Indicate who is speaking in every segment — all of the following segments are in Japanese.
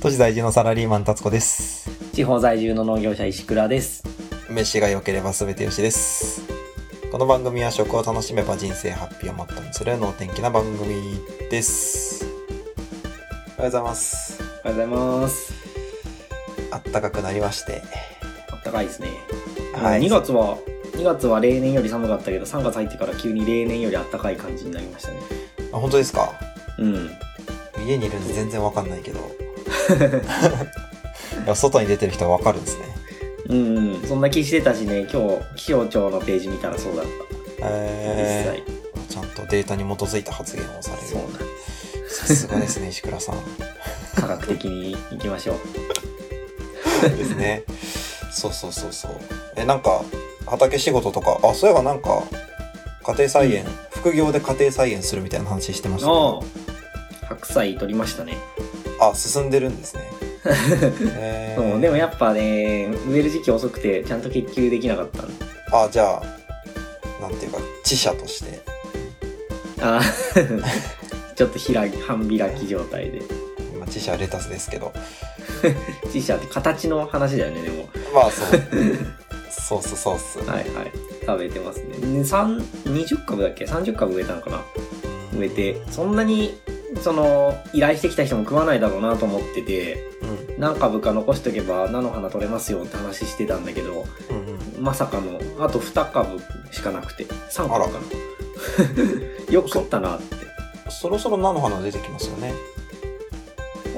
Speaker 1: 都市在住のサラリーマン達子です
Speaker 2: 地方在住の農業者石倉です。
Speaker 1: 飯が良ければ全てよしですこの番組は食を楽しめば人生ハッピーをもっとにする能天気な番組ですおはようございます
Speaker 2: おはようございます。
Speaker 1: あったかくなりまして
Speaker 2: あったかいですね。
Speaker 1: はい
Speaker 2: 2月は、2月は例年より寒かったけど、3月入ってから急に例年よりあったかい感じになりましたね。
Speaker 1: あ本当ですか
Speaker 2: うん。
Speaker 1: 家にいるんで全然わかんない けどいや外に出てる人はわかるん ですね
Speaker 2: うん、うん。そんな気してたしね、今日、気象庁のページ見たらそうだった。
Speaker 1: えー、
Speaker 2: 実
Speaker 1: ちゃんとデータに基づいた発言をされ
Speaker 2: 際。
Speaker 1: る
Speaker 2: そうなん
Speaker 1: さすがですね石倉さん
Speaker 2: 科学的にいきましょう。
Speaker 1: ですね。そうそうそうそう。え、なんか、畑仕事とか、あ、そういえばなんか、家庭菜園、副業で家庭菜園するみたいな話してましたけ
Speaker 2: あ
Speaker 1: ど、
Speaker 2: あ、白菜取りましたね。
Speaker 1: あ、進んでるん ですね。えー
Speaker 2: そうでもやっぱね、植える時期遅くて、ちゃんと結球できなかったの。
Speaker 1: あ、じゃあ、なんていうか、知者として。
Speaker 2: あー ちょっと開き、半開き状態で。
Speaker 1: まあ、知者はレタスですけど、
Speaker 2: 自社って形の話だよね、でも。
Speaker 1: まあそう。 そうそうそうっす。
Speaker 2: はいはい。食べてますね。ね三20株だっけ ?30 株植えたのかな植えて、そんなに、その、依頼してきた人も食わないだろうなと思ってて、
Speaker 1: うん。
Speaker 2: 何株か残しとけば菜の花取れますよって話してたんだけど、
Speaker 1: うんうん。
Speaker 2: まさかの、あと2株しかなくて、3株かな。 よく食ったなって。
Speaker 1: そろそろ菜の花出てきますよね。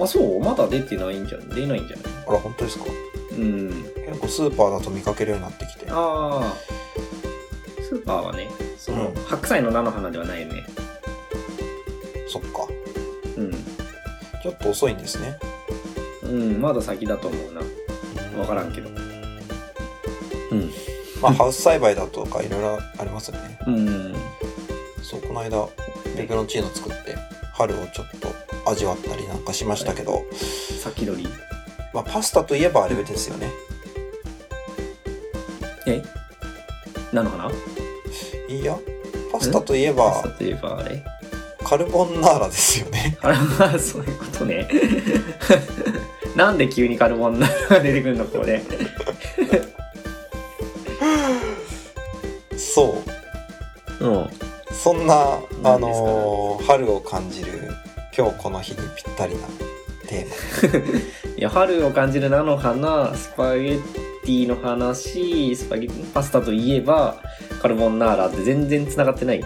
Speaker 2: あ、そうまだ出てないんじゃん。出ないんじゃない
Speaker 1: あら、本当ですか
Speaker 2: うん。
Speaker 1: 結構スーパーだと見かけるようになってきて。
Speaker 2: ああ。スーパーはね、その、
Speaker 1: うん
Speaker 2: 白菜の菜の花ではないよね。
Speaker 1: そっか。
Speaker 2: うん。
Speaker 1: ちょっと遅いんですね。
Speaker 2: うん、まだ先だと思うな。わからんけどうん。
Speaker 1: まあハウス栽培だとかいろいろありますよね
Speaker 2: うん。
Speaker 1: そうこの間ペペロンチーノ作って春をちょっと味わったりなんかしましたけど、
Speaker 2: 先取り。
Speaker 1: まあ、パスタといえばあれですよね
Speaker 2: えなのかない
Speaker 1: いやパスタといえ
Speaker 2: パス
Speaker 1: ば
Speaker 2: タといえばあれ
Speaker 1: カルボンナーラですよね
Speaker 2: あら、そういうことね。 なんで急にカルボンナーラが出てくるのこれ。
Speaker 1: そ
Speaker 2: うん。
Speaker 1: うそんなあ
Speaker 2: 何ですか
Speaker 1: のー春を感じる今日この日にぴったりなテーマ
Speaker 2: いや、春を感じる菜の花、スパゲッティの話、スパゲッティ、パスタといえば、カルボンナーラって全然繋がってないね。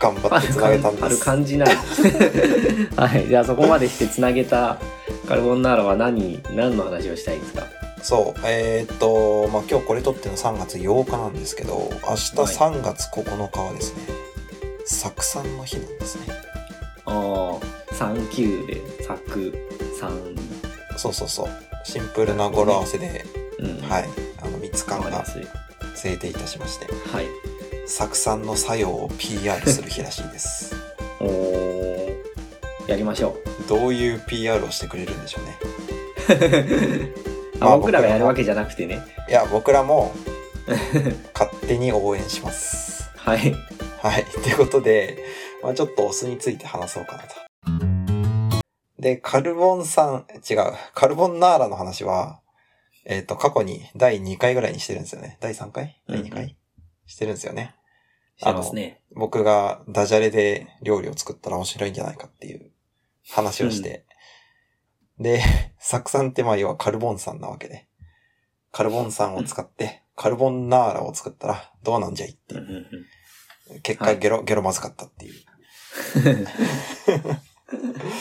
Speaker 1: 頑張ってつなげたんで
Speaker 2: 春
Speaker 1: す
Speaker 2: 感じない。 はい。じゃあそこまでして繋げたカルボンナーラは何、何の話をしたいですか
Speaker 1: そうえーっと、まあ、今日これ撮っての3月8日なんですけど明日3月9日はですね酢酸の日なんですね
Speaker 2: ああ、三級で作三、
Speaker 1: そうそうそうシンプルな語呂合わせで、
Speaker 2: うん、、
Speaker 1: はいいあの蜜
Speaker 2: わ
Speaker 1: 柑
Speaker 2: かりや
Speaker 1: が
Speaker 2: すい。
Speaker 1: 制定いたしまして
Speaker 2: はい。
Speaker 1: 酢酸の作用を PR する日らしいです
Speaker 2: おーやりましょう。
Speaker 1: どういう PR をしてくれるんでしょうね
Speaker 2: あ、
Speaker 1: まあ
Speaker 2: 僕らが
Speaker 1: 僕ら
Speaker 2: やる
Speaker 1: も
Speaker 2: わけじゃなくてね。
Speaker 1: いや僕ら も勝手に応援します
Speaker 2: はい。
Speaker 1: はい。 ということで、まあ、ちょっとお酢について話そうかなと。で、カルボン酸、違う、カルボンナーラの話は、えっ、と、過去に第2回ぐらいにしてるんですよね。第3回
Speaker 2: うんう
Speaker 1: 第
Speaker 2: ん
Speaker 1: 2回、してるんですよね。
Speaker 2: してますね。
Speaker 1: 僕がダジャレで料理を作ったら面白いんじゃないかっていう話をして。で、 酢酸ってまあ要はカルボン酸なわけで。カルボン酸を使って、カルボンナーラを作ったらどうなんじゃいって
Speaker 2: う
Speaker 1: い
Speaker 2: ん
Speaker 1: う
Speaker 2: うんうん
Speaker 1: 結
Speaker 2: は
Speaker 1: 果
Speaker 2: い
Speaker 1: ゲロ、ゲロまずかったっていう。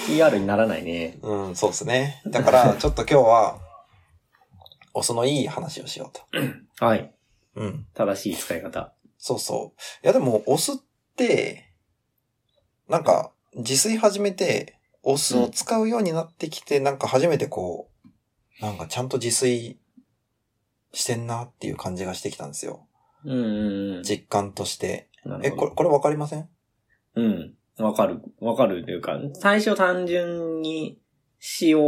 Speaker 2: PR にならないね。
Speaker 1: うん、そうですね。だから、ちょっと今日は、お酢のいい話をしようと。
Speaker 2: はい。
Speaker 1: うん。
Speaker 2: 正しい使い方。
Speaker 1: そうそう。いや、でも、お酢って、なんか、自炊始めて、お酢を使うようになってきて、なんか初めてこう、なんかちゃんと自炊してんなっていう感じがしてきたんですよ。
Speaker 2: うんうんうん。
Speaker 1: 実感として。
Speaker 2: なるほど
Speaker 1: え、これ、これわかりません
Speaker 2: うん。わかる。わかるというか、最初単純に塩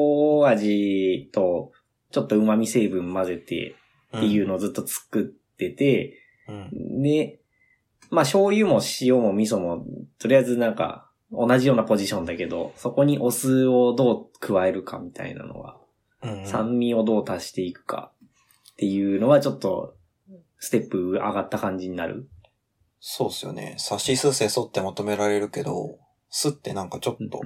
Speaker 2: 味とちょっと旨味成分混ぜて
Speaker 1: っ。
Speaker 2: っていううのをずっと作ってて、
Speaker 1: うん。
Speaker 2: で、まあ醤油も塩も味噌も、とりあえずなんか、同じようなポジションだけど、そこにお酢をどう加えるかみたいなのは、
Speaker 1: うん。
Speaker 2: 酸味をどう足していくかっていうのはちょっと、ステップ上がった感じになる。
Speaker 1: そうっすよね。サシスセソって求められるけど、スってなんかちょっと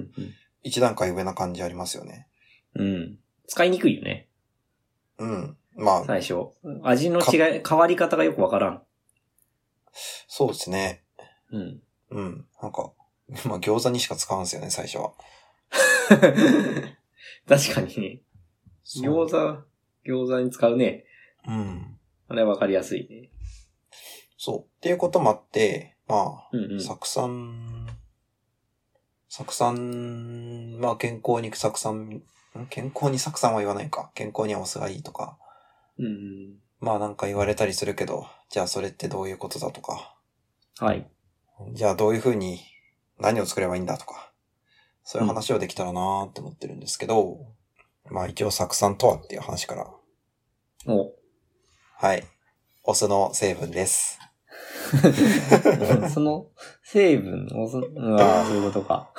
Speaker 1: 一段階上な感じありますよね。
Speaker 2: うん。使いにくいよね。
Speaker 1: うん。まあ、
Speaker 2: 最初。味の違い、変わり方がよくわからん。
Speaker 1: そうですね。
Speaker 2: うん。
Speaker 1: うん。なんか、まあ餃子にしか使うんですよね、最初は。
Speaker 2: 確かにね。
Speaker 1: そう
Speaker 2: 餃子、餃子に使うね。
Speaker 1: うん。
Speaker 2: あれはわかりやすいね。
Speaker 1: そう。っていうこともあって、ま
Speaker 2: うんう
Speaker 1: あ、
Speaker 2: ん。
Speaker 1: 酢酸、酢酸、まあ健康に酢酸、ん健康に酢酸は言わないか。健康にはお酢がいいとか。
Speaker 2: うんうん。
Speaker 1: まあなんか言われたりするけど、じゃあそれってどういうことだとか。
Speaker 2: はい。
Speaker 1: じゃあどういうふうに何を作ればいいんだとか。そういう話をできたらなーって思ってるんですけど、まあ一応酢酸とはっていう話から。
Speaker 2: お。
Speaker 1: はい。お酢の成分です。
Speaker 2: その成分をそ、うん、ああ、そういうことか。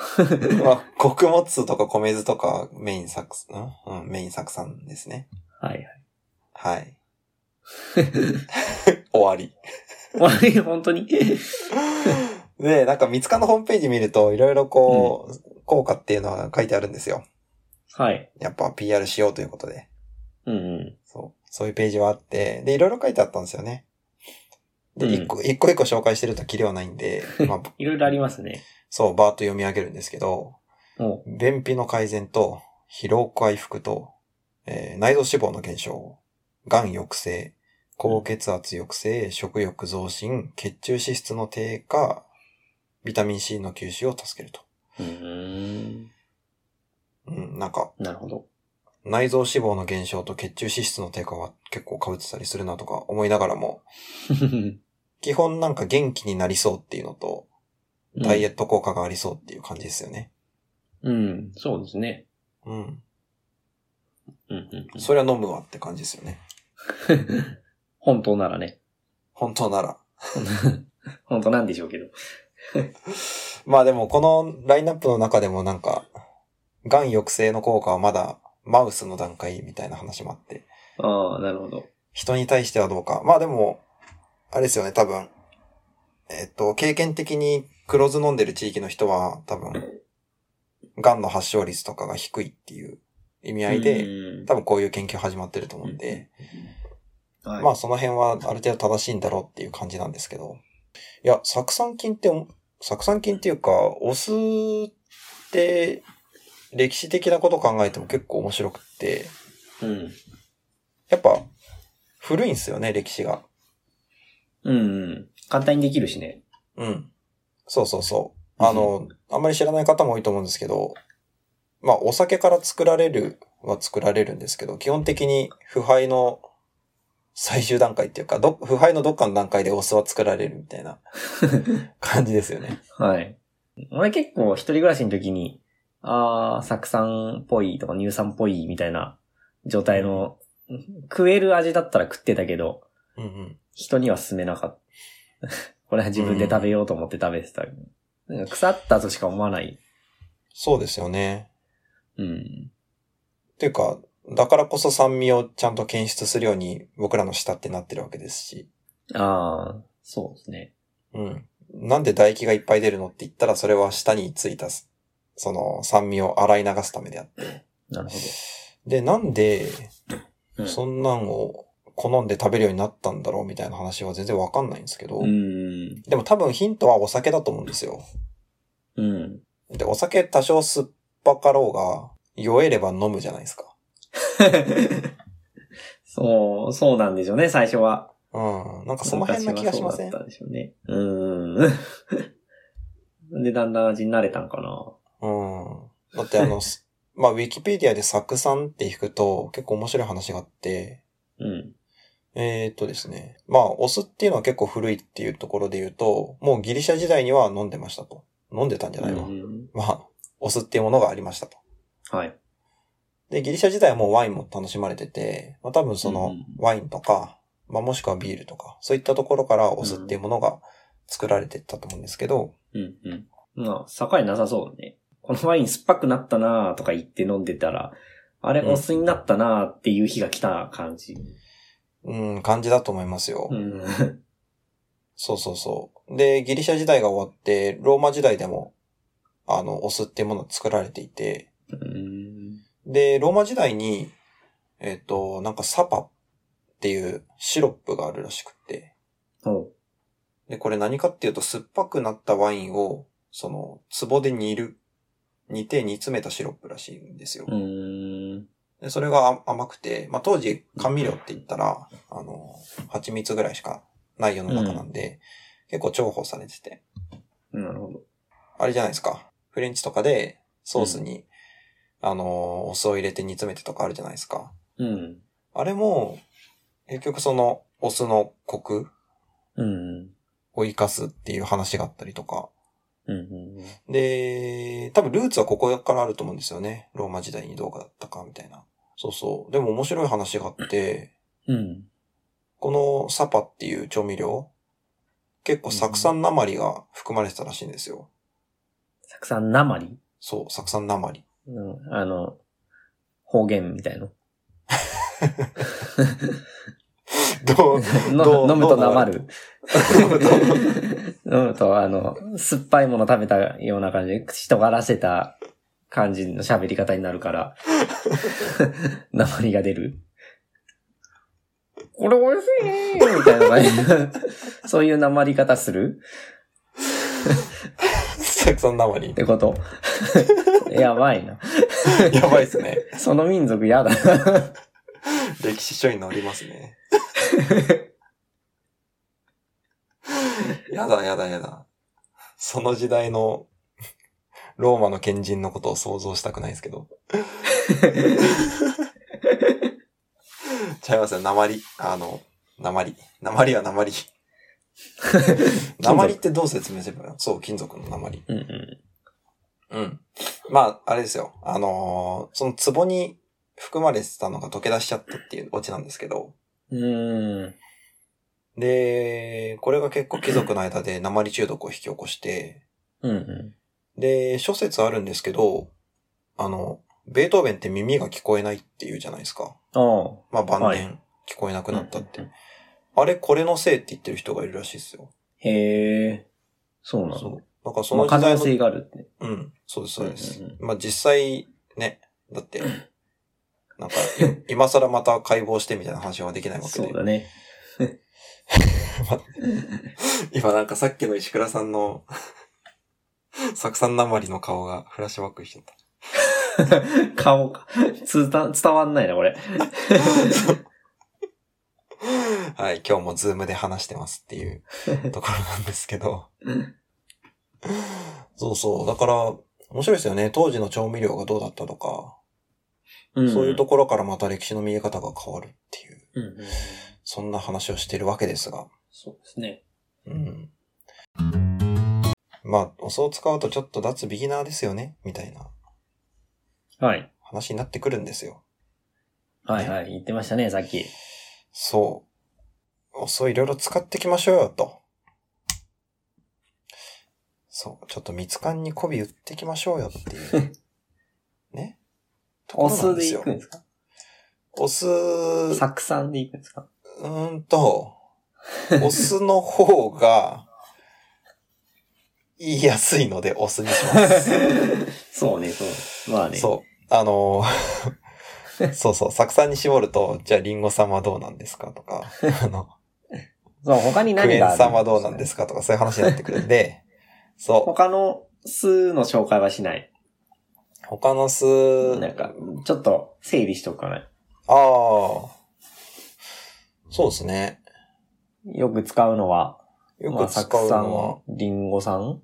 Speaker 1: まあ、穀物とか米酢とかメイン作、んうん、メイン作産ですね。
Speaker 2: はいはい。
Speaker 1: はい。 終わり。
Speaker 2: 悪い、 本当に。
Speaker 1: で、なんか、三つかのホームページ見ると、いろいろこう、効果っていうのが書いてあるんですよ。
Speaker 2: はい。
Speaker 1: やっぱ PR しようということで。
Speaker 2: うんうん。
Speaker 1: そう。そういうページはあって、で、いろいろ書いてあったんですよね。で、
Speaker 2: うん
Speaker 1: 一個、一個一個紹介してるとキリはないん で、まあ、
Speaker 2: いろいろありますね。
Speaker 1: そう、バーッと読み上げるんですけど、
Speaker 2: お
Speaker 1: 便秘の改善と、疲労回復と、えー内臓脂肪の減少、癌抑制、高血圧抑制、食欲増進、血中脂質の低下、ビタミン C の吸収を助けると。
Speaker 2: うーん。
Speaker 1: うん、なんか、
Speaker 2: なるほ ど。
Speaker 1: 内臓脂肪の減少と血中脂質の低下は結構被ってたりするなとか思いながらも、基本なんか元気になりそうっていうのと、ダイエ
Speaker 2: ッ
Speaker 1: ット効果がありそうっていう感じですよね。
Speaker 2: ト。うん、そうですね。
Speaker 1: うん。
Speaker 2: うんうんうん、
Speaker 1: それは飲むわって感じですよね。
Speaker 2: 本当ならね。
Speaker 1: 本当なら。
Speaker 2: 本当なんでしょうけど。
Speaker 1: まあでもこのラインナップの中でもなんか、がん抑制の効果はまだマウスの段階みたいな話もあって、
Speaker 2: ああ、なるほど。
Speaker 1: 人に対してはどうか。まあでも、あれですよね、多分。えっと、経験的に黒酢飲んでる地域の人は多分、がんの発症率とかが低いっていう意味合いで、
Speaker 2: うん
Speaker 1: 多分こういう研究始まってると思うんで、
Speaker 2: はい、
Speaker 1: まあその辺はある程度正しいんだろうっていう感じなんですけど。いや、酢酸菌って、酢酸菌っていうか、お酢って歴史的なこと考えても結構面白くって、
Speaker 2: うん。
Speaker 1: やっぱ古いんですよね、歴史が。
Speaker 2: うんうん。簡単にできるしね。
Speaker 1: うん。そうそうそう。あの、あんまり知らない方も多いと思うんですけど、まあお酒から作られるは作られるんですけど、基本的に腐敗の最終段階っていうか、ど腐敗のどっかの段階でお酢は作られるみたい な感じですよね。
Speaker 2: はい。俺結構一人暮らしの時に、ああ、酢酸っぽいとか乳酸っぽいみたいな状態の、食える味だったら食ってたけど、
Speaker 1: うんうん。
Speaker 2: 人には勧めなかった。 これは自分で食べようと思って食べてた。なんか腐ったとしか思わない。
Speaker 1: そうですよね。
Speaker 2: うん。
Speaker 1: っていうか、だからこそ酸味をちゃんと検出するように僕らの舌ってなってるわけですし。
Speaker 2: ああ、そうですね。
Speaker 1: うん。なんで唾液がいっぱい出るのって言ったらそれは舌についたす、その酸味を洗い流すためであって。
Speaker 2: なるほ
Speaker 1: で、なんで
Speaker 2: ど。
Speaker 1: そんなんを好んで食べるようになったんだろうみたいな話は全然わかんないんですけど。
Speaker 2: うん。
Speaker 1: でも多分ヒントはお酒だと思うんですよ。
Speaker 2: うん。
Speaker 1: で、お酒多少酸っぱかろうが、酔えれば飲むじゃないですか。
Speaker 2: そう、そうなんでしょうね、最初は。
Speaker 1: うん。なんかその辺な気がしません
Speaker 2: 昔はそうだったんでしょうね。うーん。 で、だんだん味に慣れたんかな。
Speaker 1: うん。だって あの、すまあ、ウィキペディアで酢酸って引くと結構面白い話があって、
Speaker 2: うん。
Speaker 1: えー、っとですね。まあ、お酢っていうのは結構古いっていうところで言うと、もうギリシャ時代には飲んでましたと。飲んでたんじゃないわ。
Speaker 2: うん
Speaker 1: まあ、お酢っていうものがありましたと。
Speaker 2: はい。
Speaker 1: で、ギリシャ時代はもうワインも楽しまれてて、まあ多分そ
Speaker 2: うんう
Speaker 1: の
Speaker 2: ん
Speaker 1: ワインとか、まあもしくはビールとか、そういったところからお酢っていうものが作られてったと思うんですけど、
Speaker 2: うんうん。まあ、境なさそうね。このワイン酸っぱくなったなーとか言って飲んでたら、あれ、
Speaker 1: うん
Speaker 2: お酢になったなーっていう日が来た感じ。
Speaker 1: うん、感じだと思いますよ。
Speaker 2: うん。
Speaker 1: そうそうそう。で、ギリシャ時代が終わって、ローマ時代でも、あの、お酢っていうものが作られていて、
Speaker 2: うん。
Speaker 1: で、ローマ時代に、えっ、と、なんかサパっていうシロップがあるらしくって、
Speaker 2: ほ
Speaker 1: で、これ何かっていうと、酸っぱくなったワインを、その、壺で煮る、煮て煮詰めたシロップらしいんですよ
Speaker 2: う。。うん。
Speaker 1: でそれがあ甘くて、まあ、当時、甘味料って言ったら、あの、蜂蜜ぐらいしかない世の中なんで、結構重宝されてて。
Speaker 2: なるほど。
Speaker 1: あれじゃないですか。フレンチとかで、ソースに、あの、お酢を入れて煮詰めてとかあるじゃないですか。
Speaker 2: うん。
Speaker 1: あれも、結局その、お酢のコク
Speaker 2: うん。
Speaker 1: を生かすっていう話があったりとか、
Speaker 2: うん。
Speaker 1: で、多分ルーツはここからあると思うんですよね。ローマ時代にどうかだったか、みたいな。そうそう。でも面白い話があって、
Speaker 2: うん。
Speaker 1: このサパっていう調味料、結構酢酸鉛が含まれてたらしいんですよ。
Speaker 2: たくさん鉛
Speaker 1: そう、酢酸鉛。
Speaker 2: うんあの、方言みたいな。
Speaker 1: どう、ど
Speaker 2: の
Speaker 1: う
Speaker 2: 飲むと
Speaker 1: どうな
Speaker 2: 鉛
Speaker 1: る
Speaker 2: る。
Speaker 1: 飲むと
Speaker 2: 飲むと、あの、酸っぱいもの食べたような感じで、口とがらせた感じの喋り方になるから、 鉛が出る。これ美味しいねーみたいな感じ。そういう鉛方する
Speaker 1: 酢酸鉛
Speaker 2: っ。てこと やばいな。
Speaker 1: やばいですね。
Speaker 2: その民族やだな。
Speaker 1: 歴史書に載りますね。やだやだやだ。その時代のローマの賢人のことを想像したくないですけど。ちゃいますよ、鉛。あの、鉛。鉛は鉛。鉛ってどう説明すればいいのそう、金属の鉛。
Speaker 2: うんう
Speaker 1: うん。まあ、あれですよ。あのーその壺に含まれてたのが溶け出しちゃったっていうオチなんですけど。
Speaker 2: ん。うーん。
Speaker 1: で、これが結構貴族の間で鉛中毒を引き起こして、
Speaker 2: うんう
Speaker 1: で、諸説あるんですけど、あの、ベートーベンって耳が聞こえないっていうじゃないですか。
Speaker 2: ん。おう。
Speaker 1: まあ晩
Speaker 2: はい
Speaker 1: 年聞こえなくなったって。
Speaker 2: うんうん
Speaker 1: あれ、これのせいって言ってる人がいるらしいですよ。
Speaker 2: へえ。そうな
Speaker 1: そ
Speaker 2: の
Speaker 1: う。なんかその
Speaker 2: まあ
Speaker 1: 時
Speaker 2: 可
Speaker 1: 代
Speaker 2: 能
Speaker 1: の
Speaker 2: 性があるって。
Speaker 1: うん、そうです、そうです。
Speaker 2: うんうん
Speaker 1: まあ実際、ね、だって、なんか、い 今更また解剖してみたいな話はできないわけ
Speaker 2: そ
Speaker 1: で
Speaker 2: う。だね。
Speaker 1: 今なんかさっきの石倉さんの、 酢酸鉛の顔がフラッシュバックしちゃった。
Speaker 2: 顔か。つた伝わんないな、これ。
Speaker 1: はい、今日もズームで話してますって いうところなんですけど。そうそう、だから、面白いですよね。当時の調味料がどうだったとか、
Speaker 2: うん
Speaker 1: そういうところからまた歴史の見え方が変わるっていう。
Speaker 2: うんうんうん。
Speaker 1: そんな話をしてるわけですが。
Speaker 2: そうですね。
Speaker 1: うん。まあ、お酢を使うとちょっと脱ビギナーですよねみたいな
Speaker 2: はい。
Speaker 1: 話になってくるんですよ。
Speaker 2: はいはい。言ってましたね、さっき。
Speaker 1: そう。お酢をいろいろ使ってきましょうよ、と。そう。ちょっと蜜缶に媚び売ってきましょうよって いう。ね。とこ
Speaker 2: お
Speaker 1: ろな
Speaker 2: 酢
Speaker 1: ん
Speaker 2: です
Speaker 1: よ
Speaker 2: 行くんですか
Speaker 1: お酢、
Speaker 2: 酢酸で行くんですか
Speaker 1: うーんと、お酢の方が、言いやすいのでお酢にし ます。
Speaker 2: そうね、そう。まあね。
Speaker 1: そう。あ のーそうそう、酢酸に絞ると、じゃあリンゴさんはどうなんですかとか、 あの、
Speaker 2: そう。他に
Speaker 1: ク
Speaker 2: 何
Speaker 1: エ
Speaker 2: がある
Speaker 1: ン酸はどうなんですかとか、そういう話になってくるん で、そ
Speaker 2: 他の酢の紹介はしない。
Speaker 1: う、他の酢、
Speaker 2: なんか、ちょっと整理しておかない。
Speaker 1: ああ、そうですね。
Speaker 2: よく使うのは、
Speaker 1: よ
Speaker 2: まあ
Speaker 1: く使
Speaker 2: 酢
Speaker 1: うのは
Speaker 2: 酸、、リンゴ酸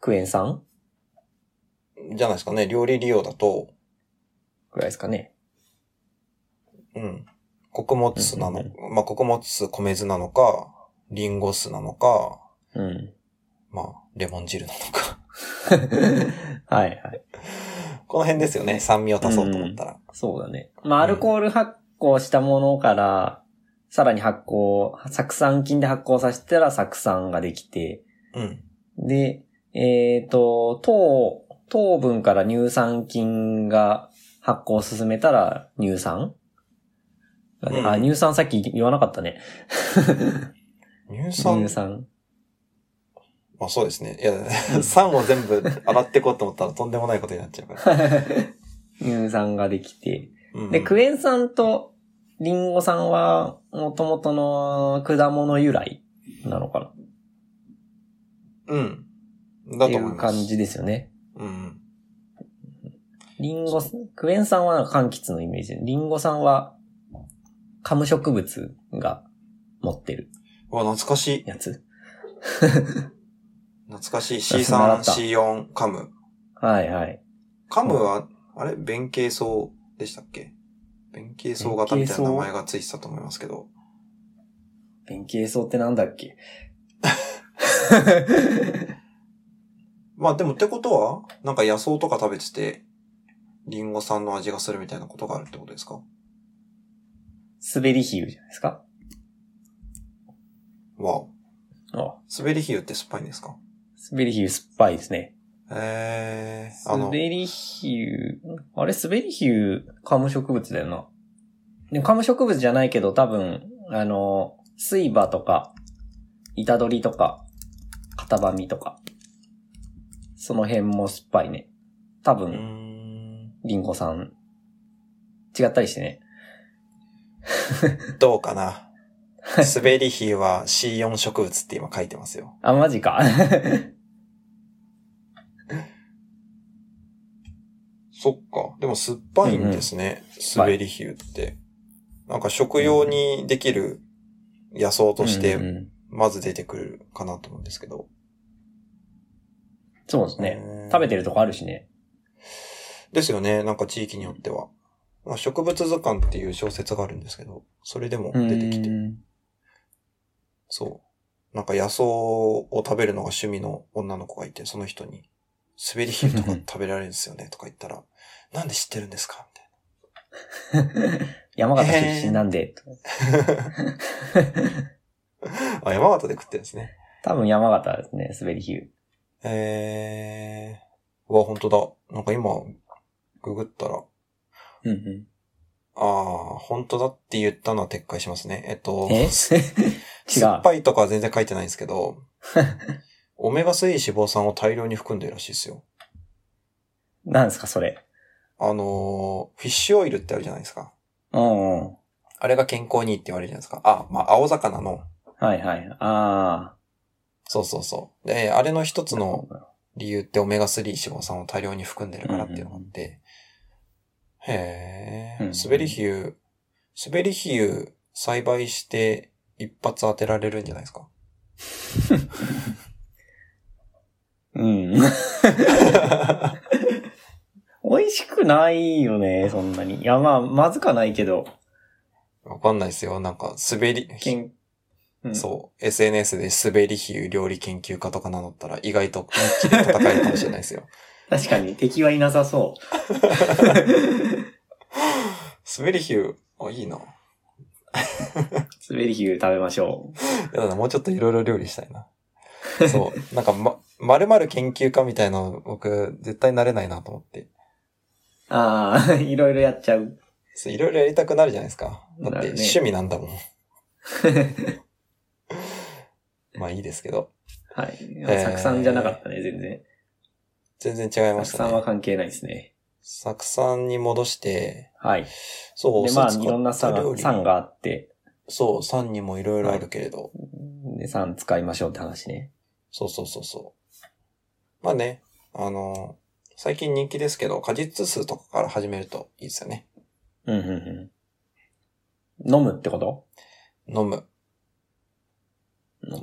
Speaker 2: クエン酸
Speaker 1: じゃないですかね、料理利用だと、
Speaker 2: ぐらいですかね。
Speaker 1: うん。穀物酢なの
Speaker 2: うん、
Speaker 1: まあ、穀物酢、米酢なのか、リンゴ酢なのか、
Speaker 2: うん。
Speaker 1: まあ、レモン汁なのか。
Speaker 2: はいはい。
Speaker 1: この辺ですよね、酸味を足そうと思ったら。
Speaker 2: そうだね。まあ、アルコール発酵したものから、さらに発酵、酢酸菌で発酵させたら酢酸ができて、
Speaker 1: うん。
Speaker 2: で、ええっ、と、糖、糖分から乳酸菌が発酵を進めたら乳酸、あ、
Speaker 1: うん
Speaker 2: 乳酸さっき言わなかったね。
Speaker 1: 乳酸
Speaker 2: 乳酸。
Speaker 1: あ、そうですね。いや、 酸を全部洗ってこうと思ったらとんでもないことになっちゃうから。
Speaker 2: 乳酸ができて。
Speaker 1: うん
Speaker 2: で、クエン酸とリンゴ酸は、もともとの果物由来なのかな
Speaker 1: うん。だ
Speaker 2: っ
Speaker 1: と
Speaker 2: て
Speaker 1: 思
Speaker 2: い
Speaker 1: いうます。
Speaker 2: 感じですよね。
Speaker 1: うん。
Speaker 2: リンゴ、クエン酸はなんか柑橘のイメージ。リンゴ酸は、カム植物が持ってる
Speaker 1: うわ、懐かしい。
Speaker 2: やつ。
Speaker 1: 懐かしい。
Speaker 2: そう習
Speaker 1: C3、
Speaker 2: った
Speaker 1: C4、カム。
Speaker 2: はいはい。
Speaker 1: カムは、あれ弁慶層でしたっけ弁慶層型みたいな名前がついてたと思いますけど。
Speaker 2: 弁慶草ってなんだっけ
Speaker 1: まあでもってことは、なんか野草とか食べてて、リンゴ酸の味がするみたいなことがあるってことですか
Speaker 2: 滑り比喩じゃないですか
Speaker 1: わお。
Speaker 2: あ
Speaker 1: 滑り比喩って酸っぱいんですか
Speaker 2: 滑り比喩酸っぱいですね。
Speaker 1: えー、あの、
Speaker 2: 滑り比喩、あれ滑り比喩、カム植物だよな。でもカム植物じゃないけど多分、あの、水場とか、板取りとか、型ばみとか、その辺も酸っぱいね。多
Speaker 1: うー
Speaker 2: 分、
Speaker 1: ん、
Speaker 2: リンゴさん、違ったりしてね。
Speaker 1: どうか な。滑り比喩は C4 植物って今書いてますよ。
Speaker 2: あ、マ ジか。
Speaker 1: そっか。でも酸っぱいんですね。
Speaker 2: ん
Speaker 1: 滑り比喩って。なんか食用にできる野草とし
Speaker 2: うんう
Speaker 1: て、
Speaker 2: ん
Speaker 1: まず出てくるかなと思うんですけど。
Speaker 2: そうですね。
Speaker 1: ね
Speaker 2: 食べてるとこあるしね。
Speaker 1: ですよね、なんか地域によっては。まあ、植物図鑑っていう小説があるんですけど、それでも出てきて、
Speaker 2: うん
Speaker 1: そう。なんか野草を食べるのが趣味の女の子がいて、その人に、滑りヒルとか食べられるんですよね、とか言 ったら、なんで知ってるんですか
Speaker 2: 山形出身なん
Speaker 1: み
Speaker 2: で、
Speaker 1: たいな。あ、山形で食ってるんですね。
Speaker 2: 多分山形ですね、滑り比喩。
Speaker 1: えー、うわ、本当だ。なんか今、ググったら、
Speaker 2: うんうん
Speaker 1: ああ、本当だって言ったのは撤回しますね。えっと、
Speaker 2: え違
Speaker 1: 酸っ
Speaker 2: う。
Speaker 1: ぱいとかは全然書いてないんですけど、オメガ3脂肪酸を大量に含んでるらしいですよ。
Speaker 2: なんですか、それ。
Speaker 1: あのーフィッシュオイルってあるじゃないですか。
Speaker 2: うんうん。
Speaker 1: あれが健康にいいって言われるじゃないですか。あ、まあ、青魚の。
Speaker 2: はいはい。あ
Speaker 1: そうそうそう。で、あれの一
Speaker 2: あ。
Speaker 1: つの。理由ってオメガ3脂肪酸を大量に含んでるからっていうのがあって。へ
Speaker 2: うん
Speaker 1: え
Speaker 2: うん、
Speaker 1: 滑り比喩、滑り比喩栽培して一発当てられるんじゃない ですか。
Speaker 2: うん。 美味しくないよね、そんなに。いや、まあ、まずかないけど。
Speaker 1: わかんないですよ。なんか、滑り、
Speaker 2: けんうん
Speaker 1: そう、SNS で滑り比喩料理研究家とか名乗ったら意外と本気で戦えるかもしれないですよ。
Speaker 2: 確かに敵はいなさそ
Speaker 1: 滑り比喩、あ、いいな。や
Speaker 2: う。滑り比喩食べましょ
Speaker 1: だな、もうちょっといろいろ料理したいな。そう、なんかま、まる研究家みたいなの僕、絶対なれないなと思って。
Speaker 2: う。ああ、 いろいろやっちゃう。
Speaker 1: そういろいろやりたくなるじゃないですか。だ
Speaker 2: な
Speaker 1: って
Speaker 2: るね
Speaker 1: 趣味なんだもん。 まあいいですけど。
Speaker 2: はい。
Speaker 1: ー
Speaker 2: 作さんじゃなかったね、全然。
Speaker 1: 全然違いま
Speaker 2: 作
Speaker 1: した
Speaker 2: さんは
Speaker 1: ね。
Speaker 2: 関係ないですね。
Speaker 1: 作さんに戻して、
Speaker 2: はい。
Speaker 1: そう、
Speaker 2: で、まあ、
Speaker 1: 酢使っ
Speaker 2: い
Speaker 1: た
Speaker 2: ろんな酸
Speaker 1: 料
Speaker 2: が
Speaker 1: 理
Speaker 2: 酸があって、
Speaker 1: そう、酸にもいろいろあるけれど。
Speaker 2: で、酸使いましょうって話ね。
Speaker 1: そうそうそうそう。まあね、あの最近人気ですけど、果実数とかから始めるといいですよね。
Speaker 2: うんうんうん。飲むってこと
Speaker 1: 飲む。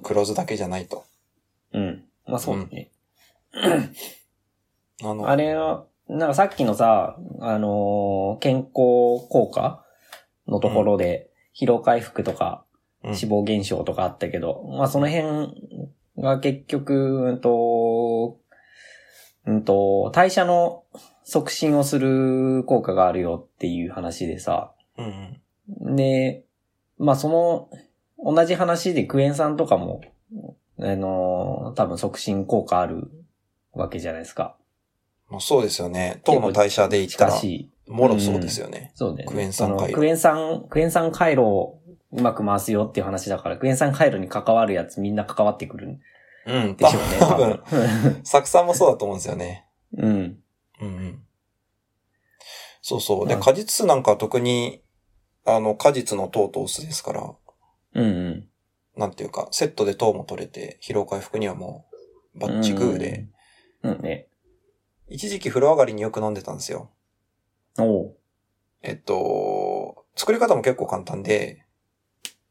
Speaker 1: 黒酢だけじゃないと。
Speaker 2: うん。まあそうだね。
Speaker 1: あの、
Speaker 2: あれは、なんかさっきのさ、あのー健康効果のところで、疲労回復とか、
Speaker 1: うん、
Speaker 2: 脂肪減少とかあったけど、まあその辺が結局、うんと、うんと、代謝の促進をする効果があるよっていう話でさ、
Speaker 1: うんうん。
Speaker 2: で、まあその、同じ話でクエン酸とかも、あのー、多分促進効果あるわけじゃないですか。
Speaker 1: まあ、そうですよね。糖の代謝で言った
Speaker 2: 近
Speaker 1: ら
Speaker 2: し、い。
Speaker 1: もろそうですよね。
Speaker 2: そうね。
Speaker 1: クエン酸回路
Speaker 2: そのクエン酸、クエン酸回路をうまく回すよっていう話だから、クエン酸回路に関わるやつみんな関わってくるん
Speaker 1: うん、
Speaker 2: で
Speaker 1: 多
Speaker 2: しょうね、
Speaker 1: 分、
Speaker 2: 多
Speaker 1: 多
Speaker 2: 分
Speaker 1: 分。酢酸もそうだと思うんですよね。
Speaker 2: うん。
Speaker 1: うんうん。そうそう。で、
Speaker 2: うん
Speaker 1: 果実酢なんかは特に、あの、果実の糖とお酢ですから、
Speaker 2: うんうん。
Speaker 1: なんていうか、セットで糖も取れて、疲労回復にはもう、バッチグーで、
Speaker 2: うん。うんね。
Speaker 1: 一時期風呂上がりによく飲んでたんですよ。
Speaker 2: おう。
Speaker 1: えっと、作り方も結構簡単で、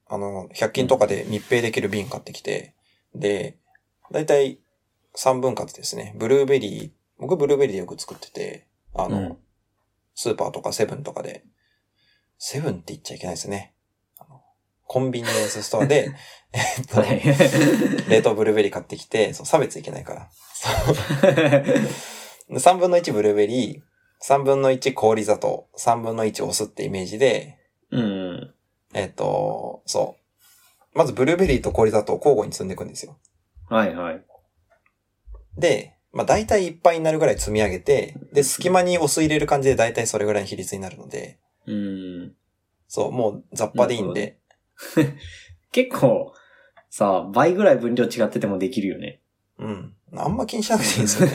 Speaker 1: あの、100均とかで密閉できる瓶買ってきて、で、だいたい3分割ですね。ブルーベリー、僕ブルーベリーでよく作ってて、あの、
Speaker 2: うん
Speaker 1: スーパーとかセブンとかで、セブンって言っちゃいけないですね。あのコンビニエンスストア で、えっと、
Speaker 2: はい。
Speaker 1: 冷凍ブルーベリー買ってきて、そう差別いけないから。で3分の1ブルーベリー、3分の1氷砂糖、3分の1お酢ってイメージで、
Speaker 2: うん。
Speaker 1: えっ、と、そう。まずブルーベリーと氷砂糖を交互に積んでいくんですよ。
Speaker 2: はいはい。
Speaker 1: で、まあ大体いっぱいになるぐらい積み上げて、で、隙間にお酢入れる感じで大体それぐらいの比率になるので、
Speaker 2: うん。
Speaker 1: そう、もう雑把でいいんで、
Speaker 2: 結構、さ、倍ぐらい分量違っててもできるよ ね。
Speaker 1: うん。あんま気にしなくていいんですよ。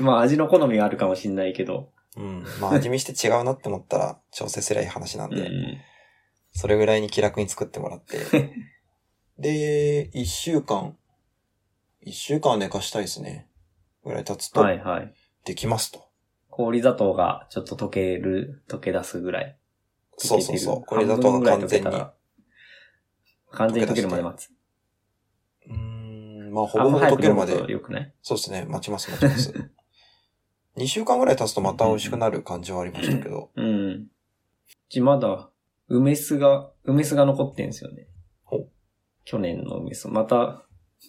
Speaker 2: まあ味の好みはあるかもしんないけど。
Speaker 1: うん。まあ味見して違うなって思ったら調整すりゃいい話なん
Speaker 2: う
Speaker 1: で、
Speaker 2: ん。
Speaker 1: それぐらいに気楽に作ってもらって。 で、一週間、一週間は寝かしたいですね。ぐらい経つと
Speaker 2: は、いはい。
Speaker 1: できますと。
Speaker 2: 氷砂糖がちょっと溶ける、溶け出すぐらい。
Speaker 1: そうそうそう。
Speaker 2: 溶け
Speaker 1: 氷
Speaker 2: てる
Speaker 1: 砂糖
Speaker 2: 半分ぐ
Speaker 1: が
Speaker 2: らい
Speaker 1: 完
Speaker 2: 溶け
Speaker 1: 全
Speaker 2: た
Speaker 1: に。
Speaker 2: ら完全に溶けるまで待つ。
Speaker 1: うーん、まあ、ほぼほぼ溶けるまで
Speaker 2: あんま早く飲むと。良くない
Speaker 1: そうですね。待ちます、待ちます。2週間ぐらい経つとまた美味しくなる感じはありましたけ ど。
Speaker 2: うん。うちまだ、梅酢が、梅酢が残ってんですよね。
Speaker 1: ほう
Speaker 2: 去年の梅酢。また、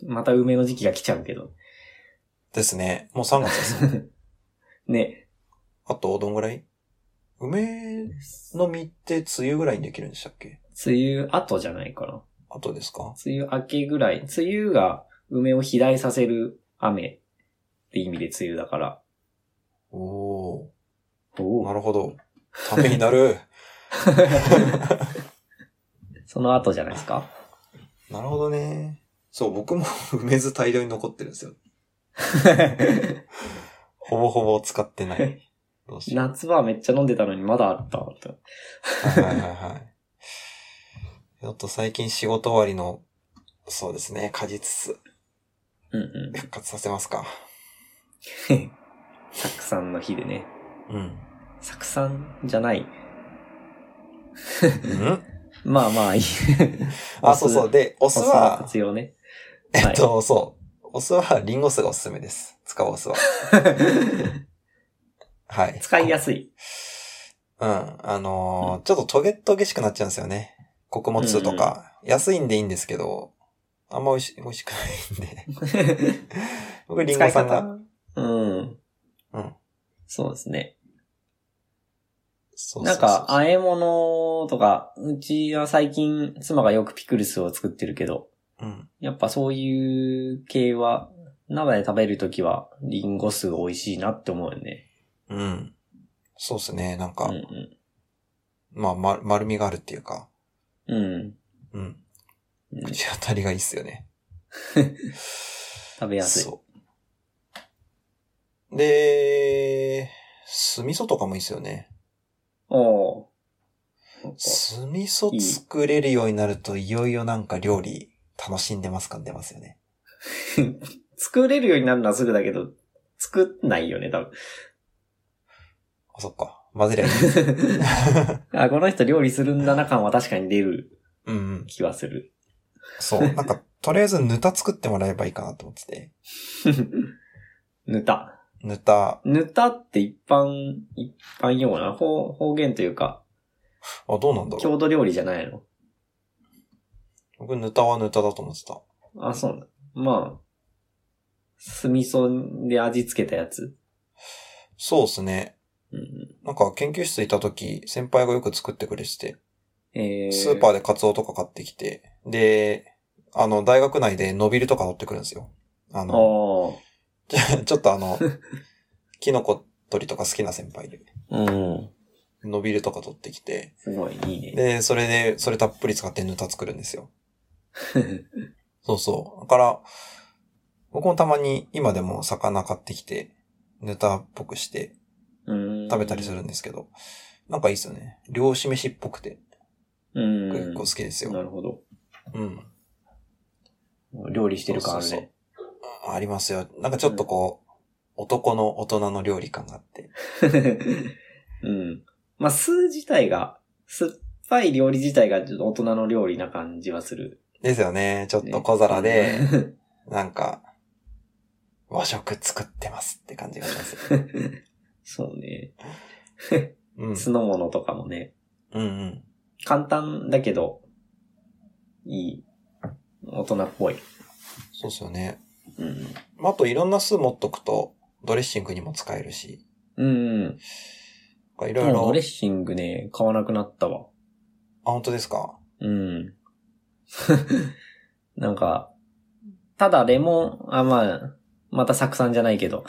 Speaker 2: また梅の時期が来ちゃうけど。
Speaker 1: ですね。もう3月です。
Speaker 2: ね。
Speaker 1: あと、どんぐらい梅の実って梅雨ぐらいにできるんでしたっけ
Speaker 2: 梅雨後じゃないかな。
Speaker 1: あとですか
Speaker 2: 梅雨明けぐらい。梅雨が梅を肥大させる雨って意味で梅雨だから。
Speaker 1: おおー
Speaker 2: おー
Speaker 1: なるほど。ためにな る。
Speaker 2: その後じゃないですか。
Speaker 1: なるほどね。そう、僕も 梅酢大量に残ってるんですよ。ほぼほぼ使って ない。どうしよう。
Speaker 2: 夏場めっちゃ飲んでたのにまだあったわと。
Speaker 1: はいはいはいはい。ちょっと最近仕事終わりの、そうですね、果実酢
Speaker 2: うん うん。
Speaker 1: 復活させますか。
Speaker 2: 酢酸の日でね。
Speaker 1: うん。
Speaker 2: 酢酸じゃない。
Speaker 1: うん、
Speaker 2: まあまあいい。
Speaker 1: あ、そうそう。で、お
Speaker 2: お酢
Speaker 1: 酢
Speaker 2: は
Speaker 1: は、
Speaker 2: 活用ね。
Speaker 1: えっと、そう。お酢は、リンゴ酢がおすすめです。使うお酢は。はい。
Speaker 2: 使いやすい。
Speaker 1: うん。あのーちょっとトゲトゲしくなっちゃうんですよね。穀物酢とか。安いんでいいんですけど、あんま美味し、美味しくないんで。 僕、リン
Speaker 2: 使
Speaker 1: ゴ
Speaker 2: い
Speaker 1: さんが。
Speaker 2: 方。うん。
Speaker 1: うん。
Speaker 2: そうですね。
Speaker 1: そうそうそう
Speaker 2: なんか、和え物とか、うちは最近妻がよくピクルスを作ってるけど、
Speaker 1: うん。
Speaker 2: やっぱそういう系は、生で食べるときは、リンゴ酢美味しいなって思うよね。
Speaker 1: うん。そうですね。なんか、
Speaker 2: うんうん。
Speaker 1: まあ、ま、丸みがあるっていうか、
Speaker 2: うん。
Speaker 1: うん。
Speaker 2: うん
Speaker 1: 口当たりがいいっすよ ね。
Speaker 2: 食べやすい。
Speaker 1: そう。で、酢味噌とかもいいっすよね。
Speaker 2: おー
Speaker 1: 酢味噌作れるようになると、いよいよなんか料理楽しんでます感出ますよね。
Speaker 2: 作れるようになるのはすぐだけど、作んないよね、多分。
Speaker 1: あ、そっか。混ぜりゃいい。
Speaker 2: あ、この人料理するんだな感は確かに出る
Speaker 1: うんうん。
Speaker 2: 気はする。
Speaker 1: そう。なんか、とりあえずぬた作ってもらえばいいかなと思ってて。
Speaker 2: ぬた。
Speaker 1: ぬた、
Speaker 2: ぬたって一般、一般用語な方方言というか、
Speaker 1: あ、どうなんだろう。
Speaker 2: 郷土料理じゃないの
Speaker 1: 僕、ぬたはぬただと思ってた。
Speaker 2: あ、そうなんだ。まあ、酢味噌で味付けたやつ。
Speaker 1: そうっすね。
Speaker 2: うん、
Speaker 1: なんか、研究室いた時、先輩がよく作ってくれてて。
Speaker 2: えー、
Speaker 1: スーパーでカツオとか買ってきて、で、あの、大学内でノビルとか乗ってくるんですよ。あ
Speaker 2: あ
Speaker 1: の、ち
Speaker 2: ー。
Speaker 1: ょ ちょっとあ の、キノコ取りとか好きな先輩で、
Speaker 2: うん。
Speaker 1: 伸びるとか取ってきて、
Speaker 2: すごい、いい ね。
Speaker 1: で、それで、それたっぷり使ってヌタ作るんですよ。そうそう。だから、僕もたまに今でも魚買ってきて、ヌタっぽくして
Speaker 2: 食
Speaker 1: 食べたりするんですけど、なんかいいですよね。漁師飯っぽくて、
Speaker 2: うん。
Speaker 1: 結構好きです
Speaker 2: な
Speaker 1: よ。
Speaker 2: るほど。
Speaker 1: うん。
Speaker 2: 料理してる感ある
Speaker 1: そうそう
Speaker 2: ね。
Speaker 1: ありますよ。なんかちょっとこう、男の大人の料理感があって。
Speaker 2: うん。まあ、酢自体が、酸っぱい料理自体がちょっと大人の料理な感じはする。
Speaker 1: ですよね。ちょっ
Speaker 2: ね
Speaker 1: と小皿で、なんか、和食作ってますって感じがし ます。
Speaker 2: そうね。
Speaker 1: うん。うん
Speaker 2: 酢の物とかもね、
Speaker 1: うん。
Speaker 2: 簡単だけど、いい。大人っぽい。
Speaker 1: そうっすよね。
Speaker 2: うん。
Speaker 1: まあ、あといろんな酢持っとくと、ドレッシングにも使えるし、
Speaker 2: うん、うん。
Speaker 1: なんかい
Speaker 2: で
Speaker 1: ろい
Speaker 2: もド
Speaker 1: ろ
Speaker 2: レッ。シングね、買わなくなったわ。
Speaker 1: あ、本当ですか
Speaker 2: うん。 なんか、ただレモン、あ、まあ、また酢酸じゃないけど、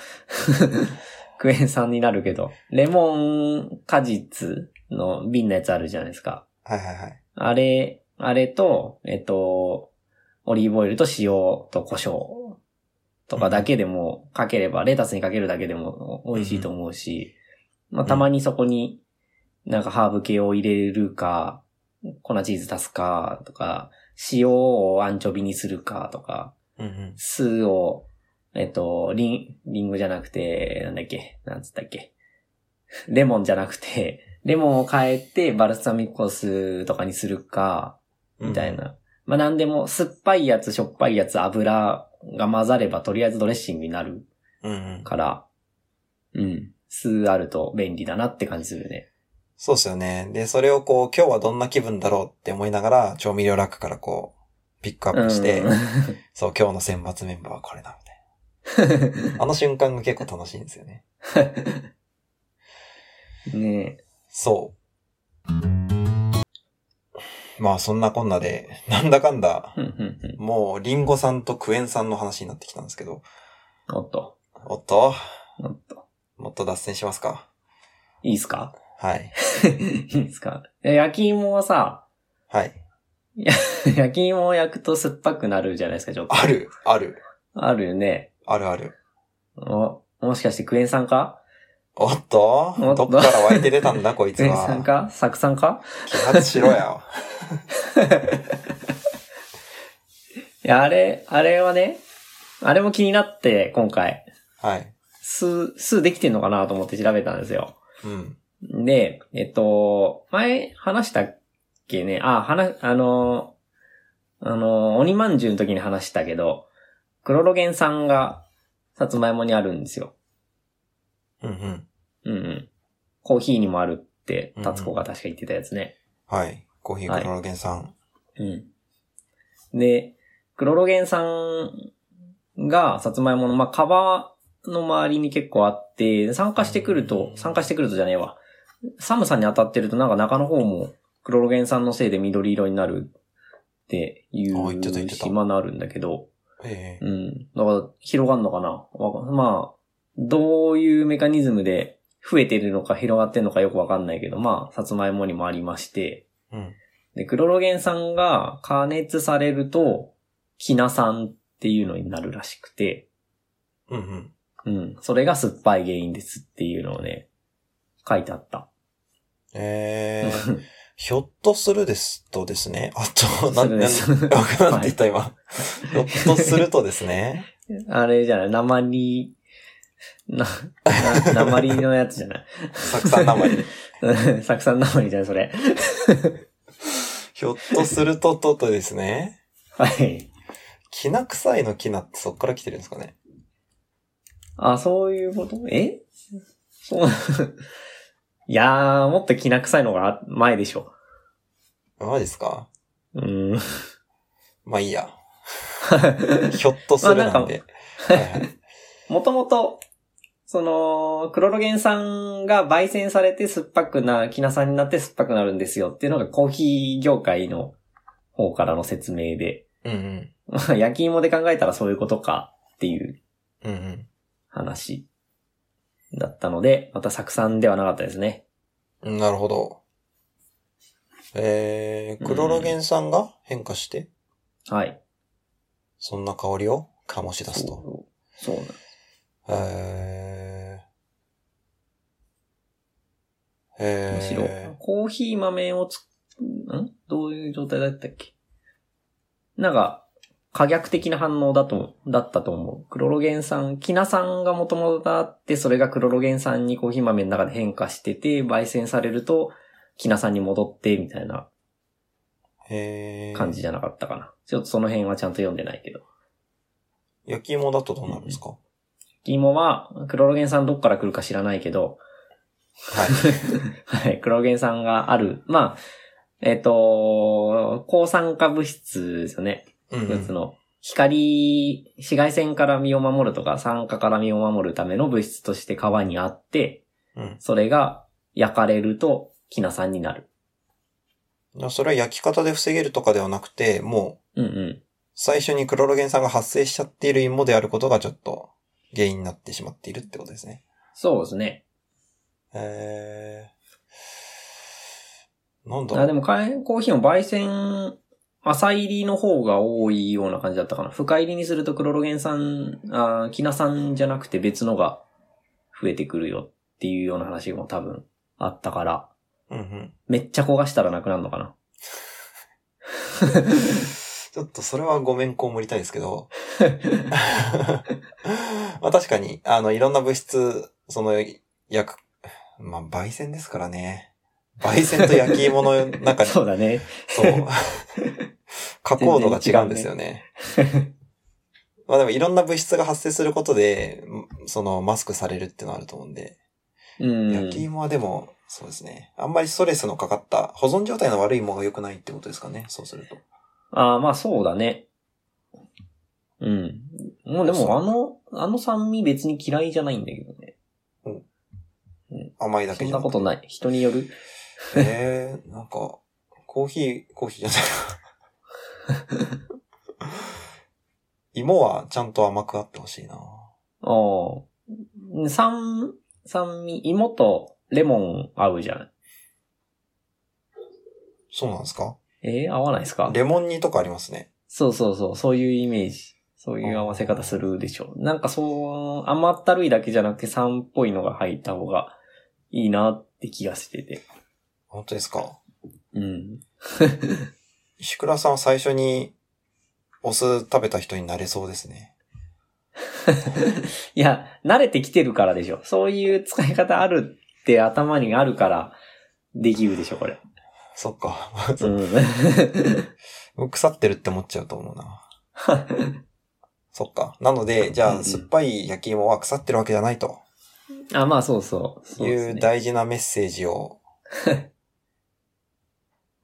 Speaker 2: クエン酸になるけど、レモン果実の瓶のやつあるじゃないですか。
Speaker 1: はいはいはい。
Speaker 2: あれ、あれと、えっと、オリーブオイルと塩と胡椒とかだけでもかければ、レタスにかけるだけでも美味しいと思うし、まあたまにそこになんかハーブ系を入れるか、粉チーズ足すかとか、塩をアンチョビにするかとか、
Speaker 1: うんうん。
Speaker 2: 酢を、えっと、リン、リンゴじゃなくて、なんだっけ、なんつったっけ。レモンじゃなくて、 レモンを変えてバルサミコ酢とかにするか、みたいな。まあなんでも、酸っぱいやつ、しょっぱいやつ、油が混ざれば、とりあえずドレッシングになる
Speaker 1: うんうん。
Speaker 2: から、うん。酢あると便利だなって感じするね。
Speaker 1: そうっすよね。で、それをこう、今日はどんな気分だろうって思いながら、調味料ラックからこう、ピックアップして、
Speaker 2: うん
Speaker 1: そう、今日の選抜メンバーはこれだ、みたいな。あの瞬間が結構楽しいんですよね。
Speaker 2: ね
Speaker 1: そう。まあ、そんなこんなで、なんだかんだ
Speaker 2: え。、うんうんうん。
Speaker 1: もう、リンゴさんとクエンさんの話になってきたんですけど、
Speaker 2: おっと、
Speaker 1: おっと、
Speaker 2: おっと。
Speaker 1: もっと脱線しますか。
Speaker 2: いいっすか
Speaker 1: はい。
Speaker 2: いいっすかえ焼き芋はさ、
Speaker 1: はい。
Speaker 2: 焼き芋を焼くと酸っぱくなるじゃないですか、ちょっと。
Speaker 1: あ。る、ある、
Speaker 2: あるよね。
Speaker 1: あるある。
Speaker 2: お、もしかしてクエン酸か
Speaker 1: おっと
Speaker 2: おっと
Speaker 1: どっから湧いて出たんだ、こいつ
Speaker 2: クエン
Speaker 1: は。
Speaker 2: 酸か酢酸か
Speaker 1: 揮発しろよ。
Speaker 2: いや、あれ、あれはね、あれも気になって、今回、
Speaker 1: はい。
Speaker 2: 酢、酢できてんのかなと思って調べたんですよ。
Speaker 1: うん。
Speaker 2: で、えっと、前話したっけね、あ、話、あの、あの、鬼まんじゅうの時に話したけど、クロロゲン酸が、さつまいもにあるんですよ。
Speaker 1: うんうん。
Speaker 2: うんうん。コーヒーにもあるって、達子が確か言ってたやつね。
Speaker 1: はい。コーヒークロロゲン酸。
Speaker 2: うん。で、クロロゲン酸が、さつまいもの、まあ、皮の周りに結構あって、酸化してくると、酸化してくるとじゃねえわ。寒さに当たってると、なんか中の方も、クロロゲン酸のせいで緑色になるってい
Speaker 1: あ言ってた言っ
Speaker 2: う
Speaker 1: てた
Speaker 2: 島のあるんだけど、
Speaker 1: ええ
Speaker 2: うん。だから、広がんのかなわかまあ、どういうメカニズムで増えてるのか広がってるのかよくわかんないけど、まあ、さつまいもにもありまして、
Speaker 1: うん。
Speaker 2: で、クロロゲン酸が加熱されると、キナ酸っていうのになるらしくて、
Speaker 1: うんうん。
Speaker 2: うん。それが酸っぱい原因ですっていうのをね、書いてあった。
Speaker 1: ええひょっとするですとですね。あと、な
Speaker 2: そ
Speaker 1: ん、
Speaker 2: れ
Speaker 1: な
Speaker 2: で
Speaker 1: ん、
Speaker 2: す
Speaker 1: 僕なんて言った今。ひょっとするとですね。
Speaker 2: あれじゃない生に、な、な、鉛のやつじゃない
Speaker 1: たくさん名前。
Speaker 2: うん酢酸鉛じゃないそれ。
Speaker 1: ひょっとするとととですね。
Speaker 2: はい。
Speaker 1: きな臭いのきなってそっから来てるんですかね。
Speaker 2: あ、そういうことえそう。 いやー、もっときな臭いのが前でしょ。
Speaker 1: マジですか
Speaker 2: うん。
Speaker 1: まあいいや。ひょっとするなんで。はいはい
Speaker 2: もともと、その、クロロゲン酸が焙煎されて酸っぱくな、キナ酸になって酸っぱくなるんですよっていうのがコーヒー業界の方からの説明で、
Speaker 1: うんうん。
Speaker 2: まあ焼き芋で考えたらそういうことかっていう
Speaker 1: うんうん。
Speaker 2: 話だったので、また酢酸ではなかったですね。
Speaker 1: うんなるほど。えー、クロロゲン酸が変化して、
Speaker 2: はい。
Speaker 1: そんな香りを醸し出すと。
Speaker 2: そうそうなん
Speaker 1: へー。へ
Speaker 2: むしろ
Speaker 1: ー。、
Speaker 2: コーヒー豆をつ、んどういう状態だったっけなんか、可逆的な反応だと、だったと思う。クロロゲン酸、キナ酸がもともとあって、それがクロロゲン酸にコーヒー豆の中で変化してて、焙煎されると、キナ酸に戻って、みたいな
Speaker 1: へー。
Speaker 2: 感じじゃなかったかな。ちょっとその辺はちゃんと読んでないけど。
Speaker 1: 焼き芋だとどうなるんですか、
Speaker 2: 芋は、クロロゲン酸どっから来るか知らないけど、
Speaker 1: はい。
Speaker 2: はい、クロロゲン酸がある。まあ、えっ、と、抗酸化物質ですよね。
Speaker 1: うん
Speaker 2: その、光、紫外線から身を守るとか、酸化から身を守るための物質として皮にあって、
Speaker 1: うん。
Speaker 2: それが焼かれると、キナ酸になる。
Speaker 1: うん。それは焼き方で防げるとかではなくて、もう、
Speaker 2: うんうん。
Speaker 1: 最初にクロロゲン酸が発生しちゃっている芋であることがちょっと原因になってしまっているってことですね。
Speaker 2: そうですね。
Speaker 1: へー。なんだろ
Speaker 2: あ
Speaker 1: う
Speaker 2: でも、かえコーヒーの焙煎、浅入りの方が多いような感じだったかな。深入りにするとクロロゲン酸、あーキナ酸じゃなくて別のが増えてくるよっていうような話も多分あったから、
Speaker 1: うんうん。
Speaker 2: めっちゃ焦がしたらなくなるのかな。
Speaker 1: ちょっとそれはごめんこうもりたいですけど。 まあ確かに、あの、いろんな物質、その、焼く、まあ、焙煎ですからね。焙煎と焼き芋の中に、そ。
Speaker 2: そううだね。
Speaker 1: 加工度が違うんですよね。 まあでもいろんな物質が発生することで、その、マスクされるってのはあると思うんで。
Speaker 2: うん。
Speaker 1: 焼き芋はでも、そうですね。あんまりストレスのかかった、保存状態の悪い芋が良くないってことですかね。そうすると。
Speaker 2: ああ、まあそうだね。うん。もうで
Speaker 1: そう
Speaker 2: もあの、あの酸味別に嫌いじゃないんだけどね。
Speaker 1: 甘いだ
Speaker 2: そ
Speaker 1: け
Speaker 2: ん
Speaker 1: じゃ
Speaker 2: な
Speaker 1: なく
Speaker 2: こ
Speaker 1: て
Speaker 2: とない。人による。
Speaker 1: ええなんか、コーヒー、コーヒーじゃない。 芋はちゃんと甘くあってほしいな。
Speaker 2: ああ。酸、酸味、芋とレモン合うじゃん。
Speaker 1: そうなんですか
Speaker 2: えー、合わないですか
Speaker 1: レモン煮とかありますね。
Speaker 2: そうそうそう、そういうイメージ。そういう合わせ方するでしょ。なんかそう、甘ったるいだけじゃなくて酸っぽいのが入った方がいいなって気がしてて。
Speaker 1: 本当ですか
Speaker 2: うん。
Speaker 1: 石倉さんは最初にお酢食べた人になれそうですね。
Speaker 2: いや、慣れてきてるからでしょ。そういう使い方あるって頭にあるから、できるでしょ、これ。
Speaker 1: そっか。
Speaker 2: うん。
Speaker 1: 腐ってるって思っちゃうと思うな。そっか。なので、じゃ
Speaker 2: うんう
Speaker 1: あ、
Speaker 2: ん
Speaker 1: 酸っぱい焼き芋は腐ってるわけじゃないと
Speaker 2: あ、まあそうそう。そうです
Speaker 1: いう
Speaker 2: ね、
Speaker 1: 大事なメッセージ を。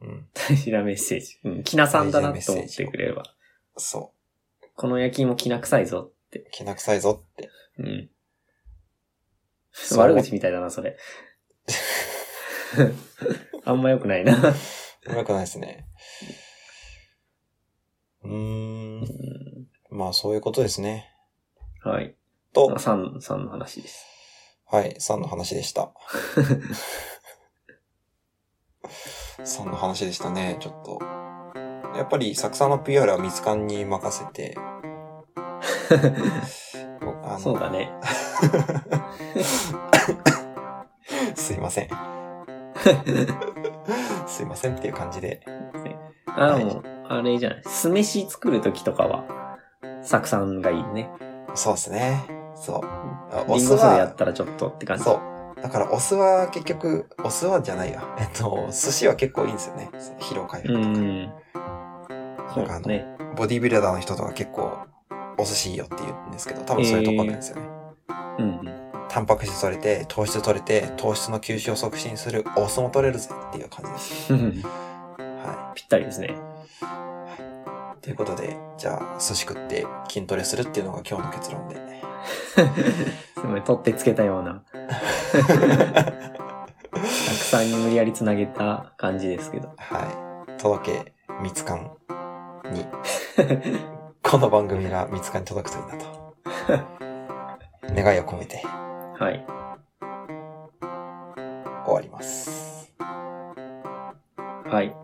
Speaker 1: うん、
Speaker 2: 大事なメッセージ。うん。きなさんだなと思ってくれれば。
Speaker 1: そう。
Speaker 2: この焼き芋きな臭いぞって。
Speaker 1: 気な臭いぞって。
Speaker 2: うん。
Speaker 1: そう
Speaker 2: 悪口みたいだな、それ。 あんま良くないな。
Speaker 1: うまくないですね。うーん。まあ、そういうことですね。
Speaker 2: はい。
Speaker 1: と、
Speaker 2: さん、さんの話です。
Speaker 1: はい、さんの話で した。さんの話でしたね、ちょっと。やっぱり、作さんの PR はミツカンに任せ て。あ
Speaker 2: そう
Speaker 1: の、
Speaker 2: だね。
Speaker 1: すいま せん。すいませんっていう感じで。
Speaker 2: あ、でも、あれじゃない。酢飯作るときとかは、酢酸がいいね。
Speaker 1: そうですね。そう。あお
Speaker 2: リン
Speaker 1: 酢
Speaker 2: ゴ酢で
Speaker 1: は
Speaker 2: やっ、たらちょっとって感じ。
Speaker 1: そう。だから、お酢は結局、お酢はじゃないや。えっと、寿司は結構いいんですよね。疲労回
Speaker 2: う
Speaker 1: 復とか。
Speaker 2: ん。そうだね。
Speaker 1: ボディビルダーの人とか結構、お寿司いいよって言うんですけど、多分そういうところなんですよね。
Speaker 2: うん。
Speaker 1: タンパク質取れて、糖質取れて、糖質の吸収を促進する、お酢も取れるぜっていう感じです。は
Speaker 2: ぴったりですね。
Speaker 1: い。ということで、じゃあ、寿司食って筋トレするっていうのが今日の結論で。
Speaker 2: すごい、取ってつけたよう な、たくさんに無理やりつなげた感じですけど。
Speaker 1: はい。届け、 みつかんに。この番組がみつかんに届くといいなと。願いを込めて
Speaker 2: はい。
Speaker 1: 終わります。
Speaker 2: はい。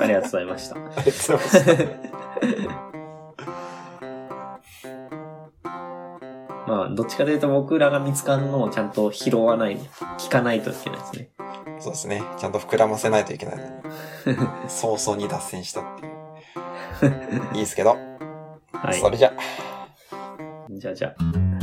Speaker 2: ありがとうございました。
Speaker 1: あ りがとうございました。
Speaker 2: まあ、どっちかというと僕らが見つかるのをちゃんと拾わない、聞かないといけないですね。
Speaker 1: そうですね。ちゃんと膨らませないといけないのに。早々に脱線したっていう。いいですけど。
Speaker 2: は
Speaker 1: それじゃ。
Speaker 2: い。じゃあじゃあ。